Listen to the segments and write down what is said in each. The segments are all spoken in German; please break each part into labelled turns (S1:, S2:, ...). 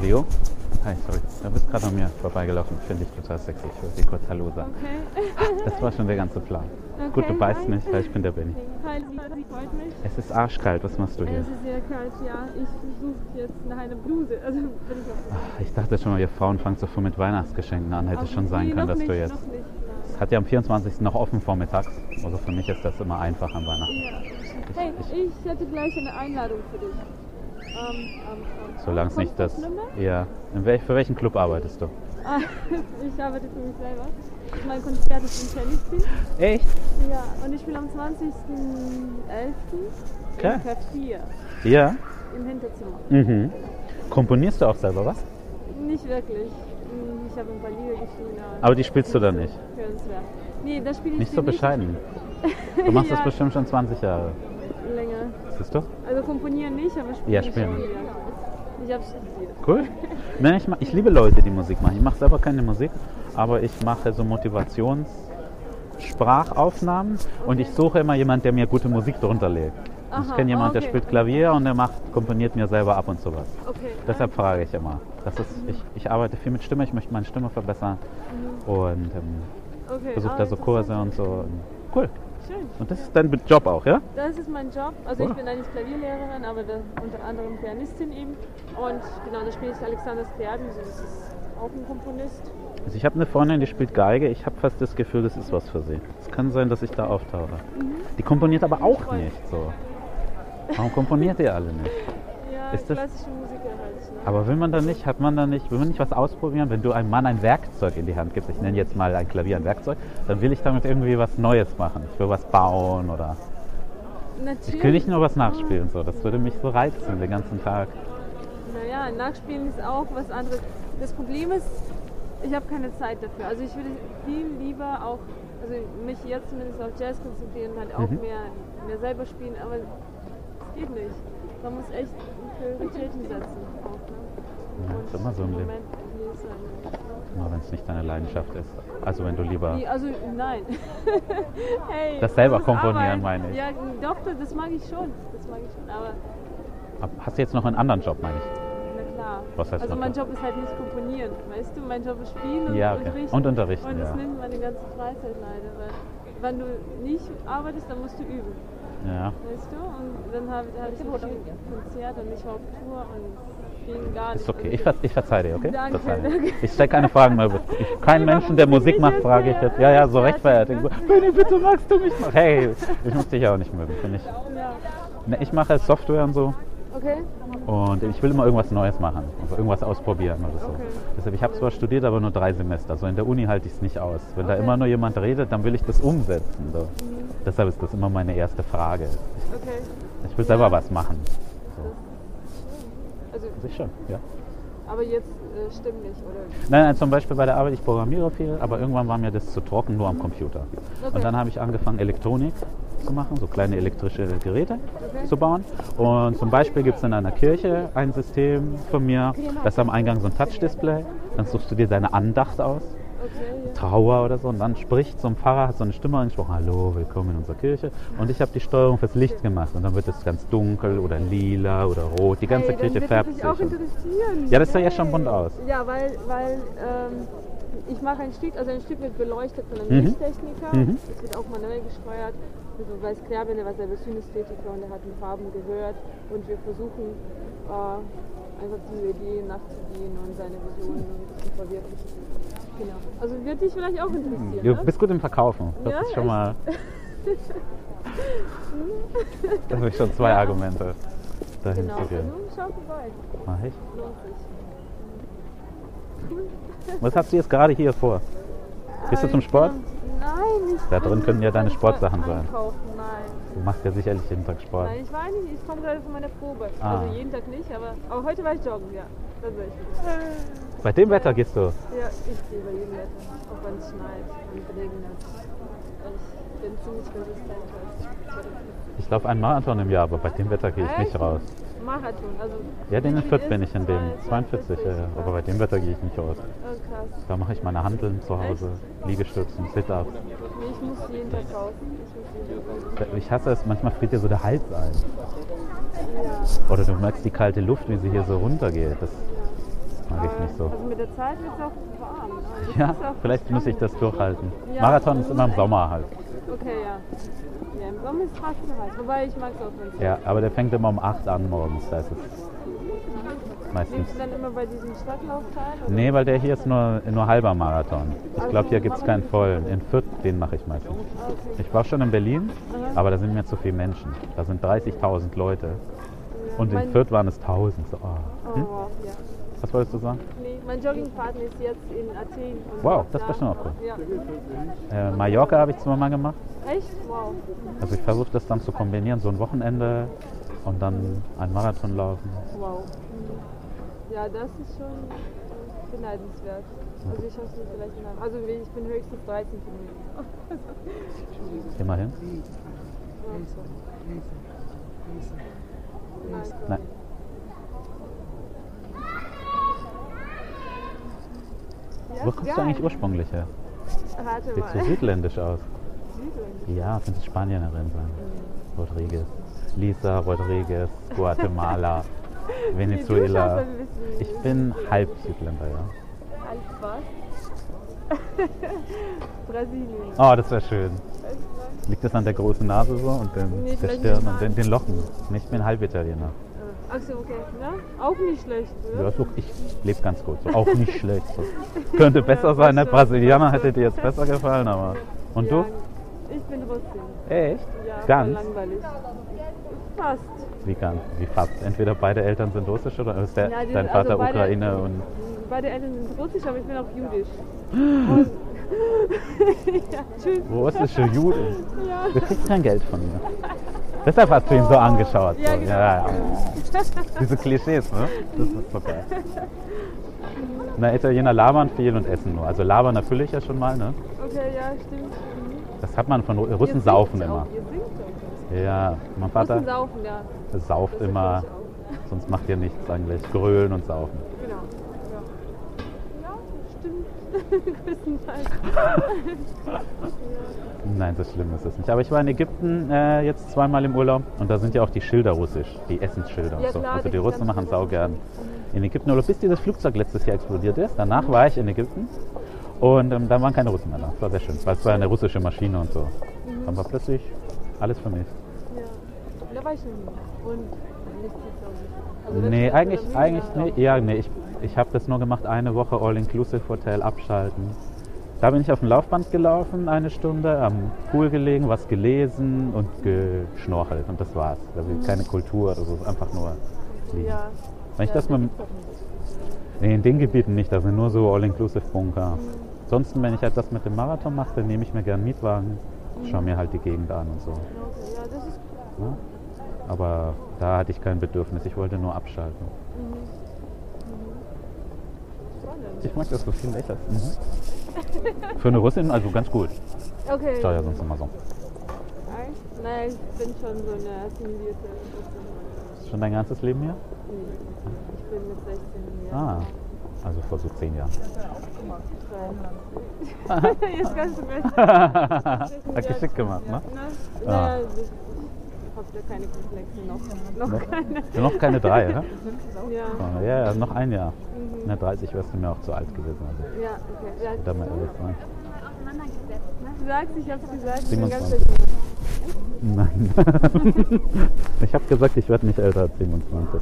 S1: Leo. Hi, sorry. Du bist gerade an mir vorbeigelaufen. Finde ich total sexy. Ich wollte dir kurz Hallo sagen.
S2: Okay.
S1: Das war schon der ganze Plan.
S2: Okay,
S1: Gut, du beißt
S2: hi.
S1: mich. Hi, ich bin der Benny.
S2: Hi, Lisa, das freut mich.
S1: Es ist arschkalt. Was machst du hier?
S2: Es ist sehr kalt, ja. Ich suche jetzt nach einer Bluse. Also bin ich auf
S1: Ich dachte schon mal, ihr Frauen fangt so früh mit Weihnachtsgeschenken an. Hätte
S2: auf-
S1: schon sein
S2: nee,
S1: können,
S2: noch
S1: dass
S2: nicht,
S1: du jetzt.
S2: Noch nicht,
S1: Es hat ja am 24. noch offen vormittags. Also für mich ist das immer einfach an Weihnachten.
S2: nein. ja. Hey, ich hätte gleich eine Einladung für dich. Ähm, ähm, ähm.
S1: Solange es
S2: Kommt
S1: nicht das.
S2: Nummer?
S1: Ja. In wel für welchen Club arbeitest du?
S2: Ah, ich arbeite für mich selber. Mein Konzert ist in Tennessee.
S1: Echt?
S2: Ja, und ich spiele am 20.11.
S1: Okay.
S2: im K4
S1: Ja.
S2: im Hinterzimmer.
S1: Mhm. Komponierst du auch selber was?
S2: Nicht wirklich. Hm, Ich habe ein paar Lieder geschrieben.
S1: Aber die spielst du dann nicht?
S2: Hörenswert. Nee, das spiele ich
S1: Nicht
S2: die
S1: so bescheiden. Du machst das
S2: Ja.
S1: bestimmt schon 20 Jahre.
S2: länger.
S1: Siehst du?
S2: Also komponieren nicht, aber spielen.
S1: Ja, spielen.
S2: schon, ja. Ich habe studiert.
S1: Cool. Nein, ich, mach, ich liebe Leute, die Musik machen. Ich mache selber keine Musik, aber ich mache so Motivationssprachaufnahmen und ich suche immer jemanden, der mir gute Musik drunter legt. Und ich
S2: Aha,
S1: kenne jemanden, der
S2: okay.
S1: spielt Klavier und der macht, komponiert mir selber ab und sowas.
S2: Okay.
S1: Deshalb frage ich immer. Das ist, ich, ich arbeite viel mit Stimme, ich möchte meine Stimme verbessern
S2: Mhm.
S1: und ähm,
S2: okay.
S1: versuche
S2: ah,
S1: da so Kurse und so. Cool.
S2: Schön.
S1: Und das ist dein Job auch, ja?
S2: Das ist mein Job. Also
S1: Cool.
S2: ich bin eigentlich Klavierlehrerin, aber da, unter anderem Pianistin eben. Und genau, da spiele ich Alexander Skrjabin, so das ist auch ein Komponist.
S1: Also ich habe eine Freundin, die spielt Geige. Ich habe fast das Gefühl, das ist was für sie. Es kann sein, dass ich da auftauche. Die komponiert aber auch
S2: Voll.
S1: nicht so. Warum komponiert ihr alle nicht?
S2: Ja,
S1: Ist das-
S2: klassische Musiker halt. Ne?
S1: Aber will man dann nicht, hat man dann nicht, will man nicht was ausprobieren? Wenn du einem Mann ein Werkzeug in die Hand gibst, ich nenne jetzt mal ein Klavier ein Werkzeug, dann will ich damit irgendwie was Neues machen. Ich will was bauen oder.
S2: Natürlich.
S1: Ich will nicht nur was nachspielen, so. Das würde mich so reizen den ganzen Tag.
S2: Naja, Nachspielen ist auch was anderes. Das Problem ist, ich habe keine Zeit dafür. Also ich würde viel lieber auch, also mich jetzt zumindest auf Jazz konzentrieren und halt auch
S1: Mhm.
S2: mehr, mehr selber spielen, aber es geht nicht. Man muss echt Prioritäten setzen. Auch, ne?
S1: Ja,
S2: Und
S1: ist immer so im Leben.
S2: Moment, nee, ist halt nicht.
S1: Nur wenn es nicht deine Leidenschaft ist. Also wenn du lieber.
S2: Nee, also nein. hey,
S1: Das selber
S2: ist
S1: komponieren,
S2: Arbeit.
S1: meine ich.
S2: Ja, doch, das mag ich schon. Das mag ich schon, aber
S1: Hast du jetzt noch einen anderen Job, meine ich?
S2: Na klar.
S1: Was heißt
S2: also
S1: noch
S2: mein
S1: da?
S2: Job ist halt nicht komponieren, weißt du? Mein Job ist spielen und
S1: Ja, okay.
S2: unterrichten.
S1: Und unterrichten,
S2: Und das
S1: ja.
S2: nimmt meine ganze Freizeit leider, weil wenn du nicht arbeitest, dann musst du üben,
S1: Ja.
S2: weißt du? Und dann habe hab ich so viel Konzert und ich war auf Tour und ging gar nicht. Also
S1: Ist okay,
S2: Und
S1: ich, ver ich verzeihe dir, okay?
S2: Danke,
S1: Verzeih mir.
S2: danke.
S1: Ich stelle keine Fragen mehr. Ich, keinen
S2: Nee,
S1: Menschen,
S2: warum
S1: der
S2: muss ich
S1: Musik
S2: mich
S1: macht,
S2: jetzt
S1: frage ich jetzt.
S2: hier
S1: Ja, ja, so rechtfertigen.
S2: rechtfertigen?
S1: So, Benni, bitte magst du mich noch? Hey, ich muss dich ja auch nicht mögen. Bin ich.
S2: Ja.
S1: Ne, ich mache Software und so
S2: Okay.
S1: und ich will immer irgendwas Neues machen, also irgendwas ausprobieren oder so.
S2: Okay.
S1: Deshalb, ich habe zwar studiert, aber nur drei Semester. So in der Uni halte ich es nicht aus. Wenn da
S2: Okay.
S1: immer nur jemand redet, dann will ich das umsetzen. So. Deshalb ist das immer meine erste Frage.
S2: Okay.
S1: Ich will selber was machen.
S2: Also,
S1: Sich schon, ja.
S2: aber jetzt äh, stimmlich, oder?
S1: Nein, nein, zum Beispiel bei der Arbeit, ich programmiere viel, aber irgendwann war mir das zu trocken, nur am Computer. Und
S2: Okay.
S1: dann habe ich angefangen, Elektronik zu machen, so kleine elektrische Geräte
S2: Okay.
S1: zu bauen. Und zum Beispiel gibt es in einer Kirche ein System von mir, das ist am Eingang so ein Touch-Display. Dann suchst du dir deine Andacht aus,
S2: Okay, ja.
S1: Trauer oder so, und dann spricht so ein Pfarrer, hat so eine Stimme angesprochen, hallo, willkommen in unserer Kirche. Und ich habe die Steuerung fürs Licht gemacht. Und dann wird es ganz dunkel oder lila oder rot. Die ganze
S2: Ey, dann
S1: Kirche
S2: wird
S1: färbt
S2: es
S1: sich.
S2: mich auch
S1: und-
S2: interessieren.
S1: Ja, das sah ja schon
S2: Hey.
S1: bunt aus.
S2: Ja, weil, weil ähm, ich mache ein Stück, also ein Stück wird beleuchtet von einem
S1: Mhm.
S2: Lichttechniker.
S1: Mhm.
S2: Das wird auch manuell gesteuert. Also bei Sklerbin, der war selber Synästhetiker und der hat mit Farben gehört. Und wir versuchen äh, einfach diese Idee nachzugehen und seine Visionen zu verwirklichen. Genau. Also wird dich vielleicht auch interessieren.
S1: Du
S2: ne?
S1: bist gut im Verkaufen. Das
S2: Ja,
S1: ist schon
S2: echt?
S1: mal. Das sind schon zwei Argumente. Dahin
S2: Genau.
S1: zu
S2: Also
S1: gehen.
S2: schau vorbei.
S1: Mach ich.
S2: Lohnt sich.
S1: Was hast du jetzt gerade hier vor? Bist du
S2: Aber
S1: zum
S2: Äh, ich
S1: Sport?
S2: kann- Nein, nicht.
S1: Da drin können ja deine Sportsachen sein.
S2: Einkaufen, nein.
S1: Du machst ja sicherlich jeden Tag Sport.
S2: Nein, ich war nicht, ich komme gerade von meiner Probe.
S1: Ah.
S2: Also jeden Tag nicht, aber, aber heute war ich joggen, ja. Tatsächlich.
S1: Bei dem Wetter gehst du.
S2: Ja, ich gehe bei jedem Wetter, auch wenn es schneit und regnet. Ich bin ziemlich resistent. als
S1: Ich laufe einen Marathon im Jahr, aber bei dem Wetter gehe ich nicht
S2: Echt?
S1: raus.
S2: Marathon, also.
S1: Ja, den in
S2: Ziel
S1: Fürth
S2: ist
S1: bin ich in dem. 42, ja. ja. Aber bei dem Wetter gehe ich nicht raus.
S2: Oh, krass.
S1: Da mache ich meine Handeln zu Hause, Liegestützen, Sit-Ups.
S2: Nee, ich muss jeden Tag raus. Ich muss jeden Tag raus.
S1: Ich hasse es, manchmal friert dir so der Hals ein. Oder du merkst die kalte Luft, wie sie hier so runtergeht. Das das mag ich nicht so.
S2: Also mit der Zeit wird es auch warm. ne? Das
S1: Ja,
S2: ist auch-
S1: vielleicht muss ich das durchhalten.
S2: Ja.
S1: Marathon ist immer im Sommer halt.
S2: Okay, ja. Ja, im Sommer ist es fast zu heiß. Wobei ich mag es auch, wenn es
S1: Ja, aber der fängt immer um 8 an morgens. Da ist es meistens.
S2: Nimmst du dann immer bei diesem Stadtlauf teil? oder?
S1: Nee, weil der hier ist nur, nur halber Marathon. Ich glaube, hier gibt es keinen vollen. In Fürth, den mache ich meistens.
S2: Ah, okay.
S1: Ich war schon in Berlin, aber da sind mir zu viele Menschen. Da sind 30.000 Leute.
S2: Ja,
S1: Und in
S2: mein-
S1: Fürth waren es 1000. So, ah.
S2: Oh,
S1: hm?
S2: wow, ja.
S1: Was wolltest du sagen?
S2: Nee, mein Joggingpartner ist jetzt in Athen. und
S1: Wow,
S2: macht
S1: das ist
S2: da-
S1: bestimmt auch cool.
S2: Ja.
S1: Äh, Mallorca habe ich zweimal gemacht.
S2: Echt? Wow.
S1: Also ich versuche das dann zu kombinieren, so ein Wochenende und dann einen Marathon laufen.
S2: Wow. Mhm. Ja, das ist schon äh, beneidenswert. Also ich habe es vielleicht in einem, Also ich bin höchstens 13 Kilometer.
S1: Immerhin.
S2: Ja, so. Nein, so.
S1: Nein.
S2: Ja,
S1: Wo kommst du
S2: geil.
S1: eigentlich ursprünglich her?
S2: Rate
S1: Sieht so
S2: mal.
S1: südländisch aus.
S2: Südländisch.
S1: Ja, könnte Spanierin sein. Rodriguez. Lisa Rodriguez, Guatemala,
S2: Nee, du schaust
S1: Venezuela.
S2: ein bisschen
S1: Ich bin halb Südländer, ja.
S2: Als was? Brasilien.
S1: Oh, das wäre schön. Liegt das an der großen Nase so und dem,
S2: Nee,
S1: der
S2: vielleicht
S1: Stirn
S2: nicht.
S1: und den, den Locken? Nicht, ich bin halb Italiener.
S2: Achso, okay. Ne? Auch nicht schlecht,
S1: Ja,
S2: ne?
S1: so, ich lebe ganz gut. So. Auch nicht schlecht. So. Könnte besser
S2: Ja,
S1: sein. Der
S2: passt schon,
S1: Brasilianer
S2: passt
S1: hätte
S2: schon.
S1: dir jetzt besser gefallen, aber. Und
S2: ja,
S1: du?
S2: Ich bin Russin.
S1: Echt?
S2: Ja, voll
S1: ganz?
S2: langweilig. Fast.
S1: Wie ganz? Wie fast? Entweder beide Eltern sind russisch oder ist der,
S2: Ja, die-
S1: dein
S2: also
S1: Vater
S2: beide-
S1: Ukraine und.
S2: Beide Eltern sind russisch, aber ich bin auch jüdisch. Und ja, tschüss.
S1: Russische Juden.
S2: Ja.
S1: Du kriegst kein Geld von mir. Deshalb hast du ihn so angeschaut. So.
S2: Ja, genau.
S1: Diese Klischees, ne? Das ist so geil. Na, Italiener labern viel und essen nur. Also labern natürlich ja schon mal, ne?
S2: Okay, ja, stimmt. Mhm.
S1: Das hat man von Ru-
S2: Ihr
S1: Russen
S2: singt
S1: saufen
S2: auch,
S1: immer.
S2: Ihr singt auch.
S1: Ja, mein
S2: Russen
S1: Vater
S2: saufen, ja.
S1: sauft
S2: Das
S1: immer,
S2: erklärt
S1: sonst macht ihr nichts eigentlich. Grölen und saufen.
S2: Genau. Ja, ja stimmt. Größtenteils.
S1: Nein, so schlimm ist es nicht. Aber ich war in Ägypten äh, jetzt zweimal im Urlaub und da sind ja auch die Schilder russisch, die Essensschilder und
S2: Ja,
S1: so.
S2: klar,
S1: Also
S2: die
S1: die Russen
S2: ganzen
S1: machen sau
S2: russischen.
S1: gern in Ägypten Urlaub, bis dieses Flugzeug letztes Jahr explodiert ist. Danach war ich in Ägypten und ähm, dann waren keine Russen mehr da. Das war sehr schön, weil es war eine russische Maschine und so. Dann war plötzlich alles für mich.
S2: Ja, da war ich noch nie. Und nichts ist auch nicht. Also wenn
S1: Nee,
S2: ich-
S1: eigentlich,
S2: oder
S1: eigentlich
S2: Münchner,
S1: nicht. Ja, nee, ich, ich habe das nur gemacht, eine Woche All-Inclusive-Hotel abschalten. Da bin ich auf dem Laufband gelaufen, eine Stunde, am Pool gelegen, was gelesen und geschnorchelt. Und das war's. Also keine Kultur oder so, es ist einfach nur liegen.
S2: Ja.
S1: Wenn ich
S2: ja,
S1: das
S2: da
S1: mit,
S2: gibt's doch nichts.
S1: nee, in den Gebieten nicht, da sind nur so All-Inclusive-Bunker. Ansonsten, wenn ich halt das mit dem Marathon mache, dann nehme ich mir gern einen Mietwagen, schaue mir halt die Gegend an und so.
S2: Okay, Ja, das ist
S1: Ne? Aber da hatte ich kein Bedürfnis, ich wollte nur abschalten.
S2: spannend.
S1: Ich mag das so viel lächeln. Für eine Russin also ganz gut.
S2: Okay.
S1: Ich schaue ja sonst immer so.
S2: Echt? Nein, ich bin schon so eine assimilierte Russin.
S1: Ist schon dein ganzes Leben hier?
S2: Nee, Ich bin mit 16 Jahren.
S1: Ah, also vor so zehn Jahren.
S2: 23. Jetzt kannst du besser.
S1: Ah. Hat geschickt gemacht, ne?
S2: Na,
S1: Ah.
S2: naja, ich hab da keine Komplexe noch. Noch keine.
S1: Sind noch Ah. keine drei, oder?
S2: Ja,
S1: Ja, ja, noch ein Jahr.
S2: Mhm.
S1: Na, 30 wärst du mir auch zu alt gewesen. Also,
S2: ja, okay. Ja,
S1: da mal ehrlich ne? sein.
S2: du sagst, ich hab's gesagt, ich bin ganz
S1: 27. Nein. ich habe gesagt, ich werde nicht älter als 27.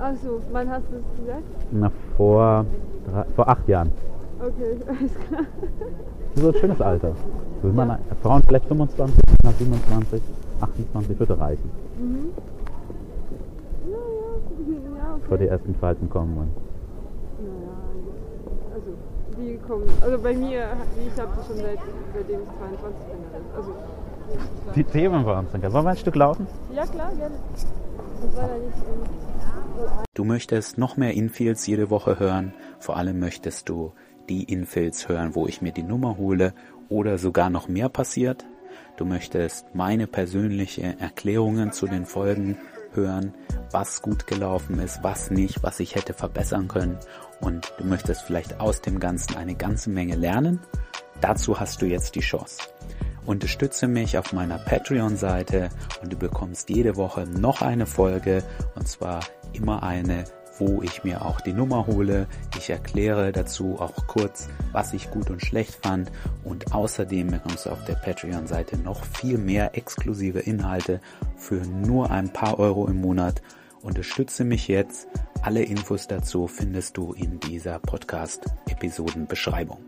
S2: Achso, wann hast du es gesagt?
S1: Na, vor, drei, vor acht Jahren.
S2: Okay, alles klar.
S1: Das ist ein schönes Alter. Will man Frauen vielleicht 25, na, 27, 28 würde reichen.
S2: Ja, ja, ja, okay.
S1: Vor die ersten Falten kommen und
S2: Naja, also die kommen, also bei mir, ich habe die schon seit, seitdem ich 22 bin. Also,
S1: die Themen waren uns dann. Wollen wir ein Stück laufen?
S2: ja klar, gerne. Das war da nicht ähm,
S3: Du möchtest noch mehr Infills jede Woche hören. Vor allem möchtest du die Infills hören, wo ich mir die Nummer hole oder sogar noch mehr passiert. Du möchtest meine persönliche Erklärungen zu den Folgen hören, was gut gelaufen ist, was nicht, was ich hätte verbessern können. Und du möchtest vielleicht aus dem Ganzen eine ganze Menge lernen. Dazu hast du jetzt die Chance. Unterstütze mich auf meiner Patreon-Seite und du bekommst jede Woche noch eine Folge und zwar immer eine wo ich mir auch die Nummer hole. Ich erkläre dazu auch kurz, was ich gut und schlecht fand. Und außerdem bekommst du auf der Patreon-Seite noch viel mehr exklusive Inhalte für nur ein paar Euro im Monat. Unterstütze mich jetzt. Alle Infos dazu findest du in dieser Podcast-Episodenbeschreibung.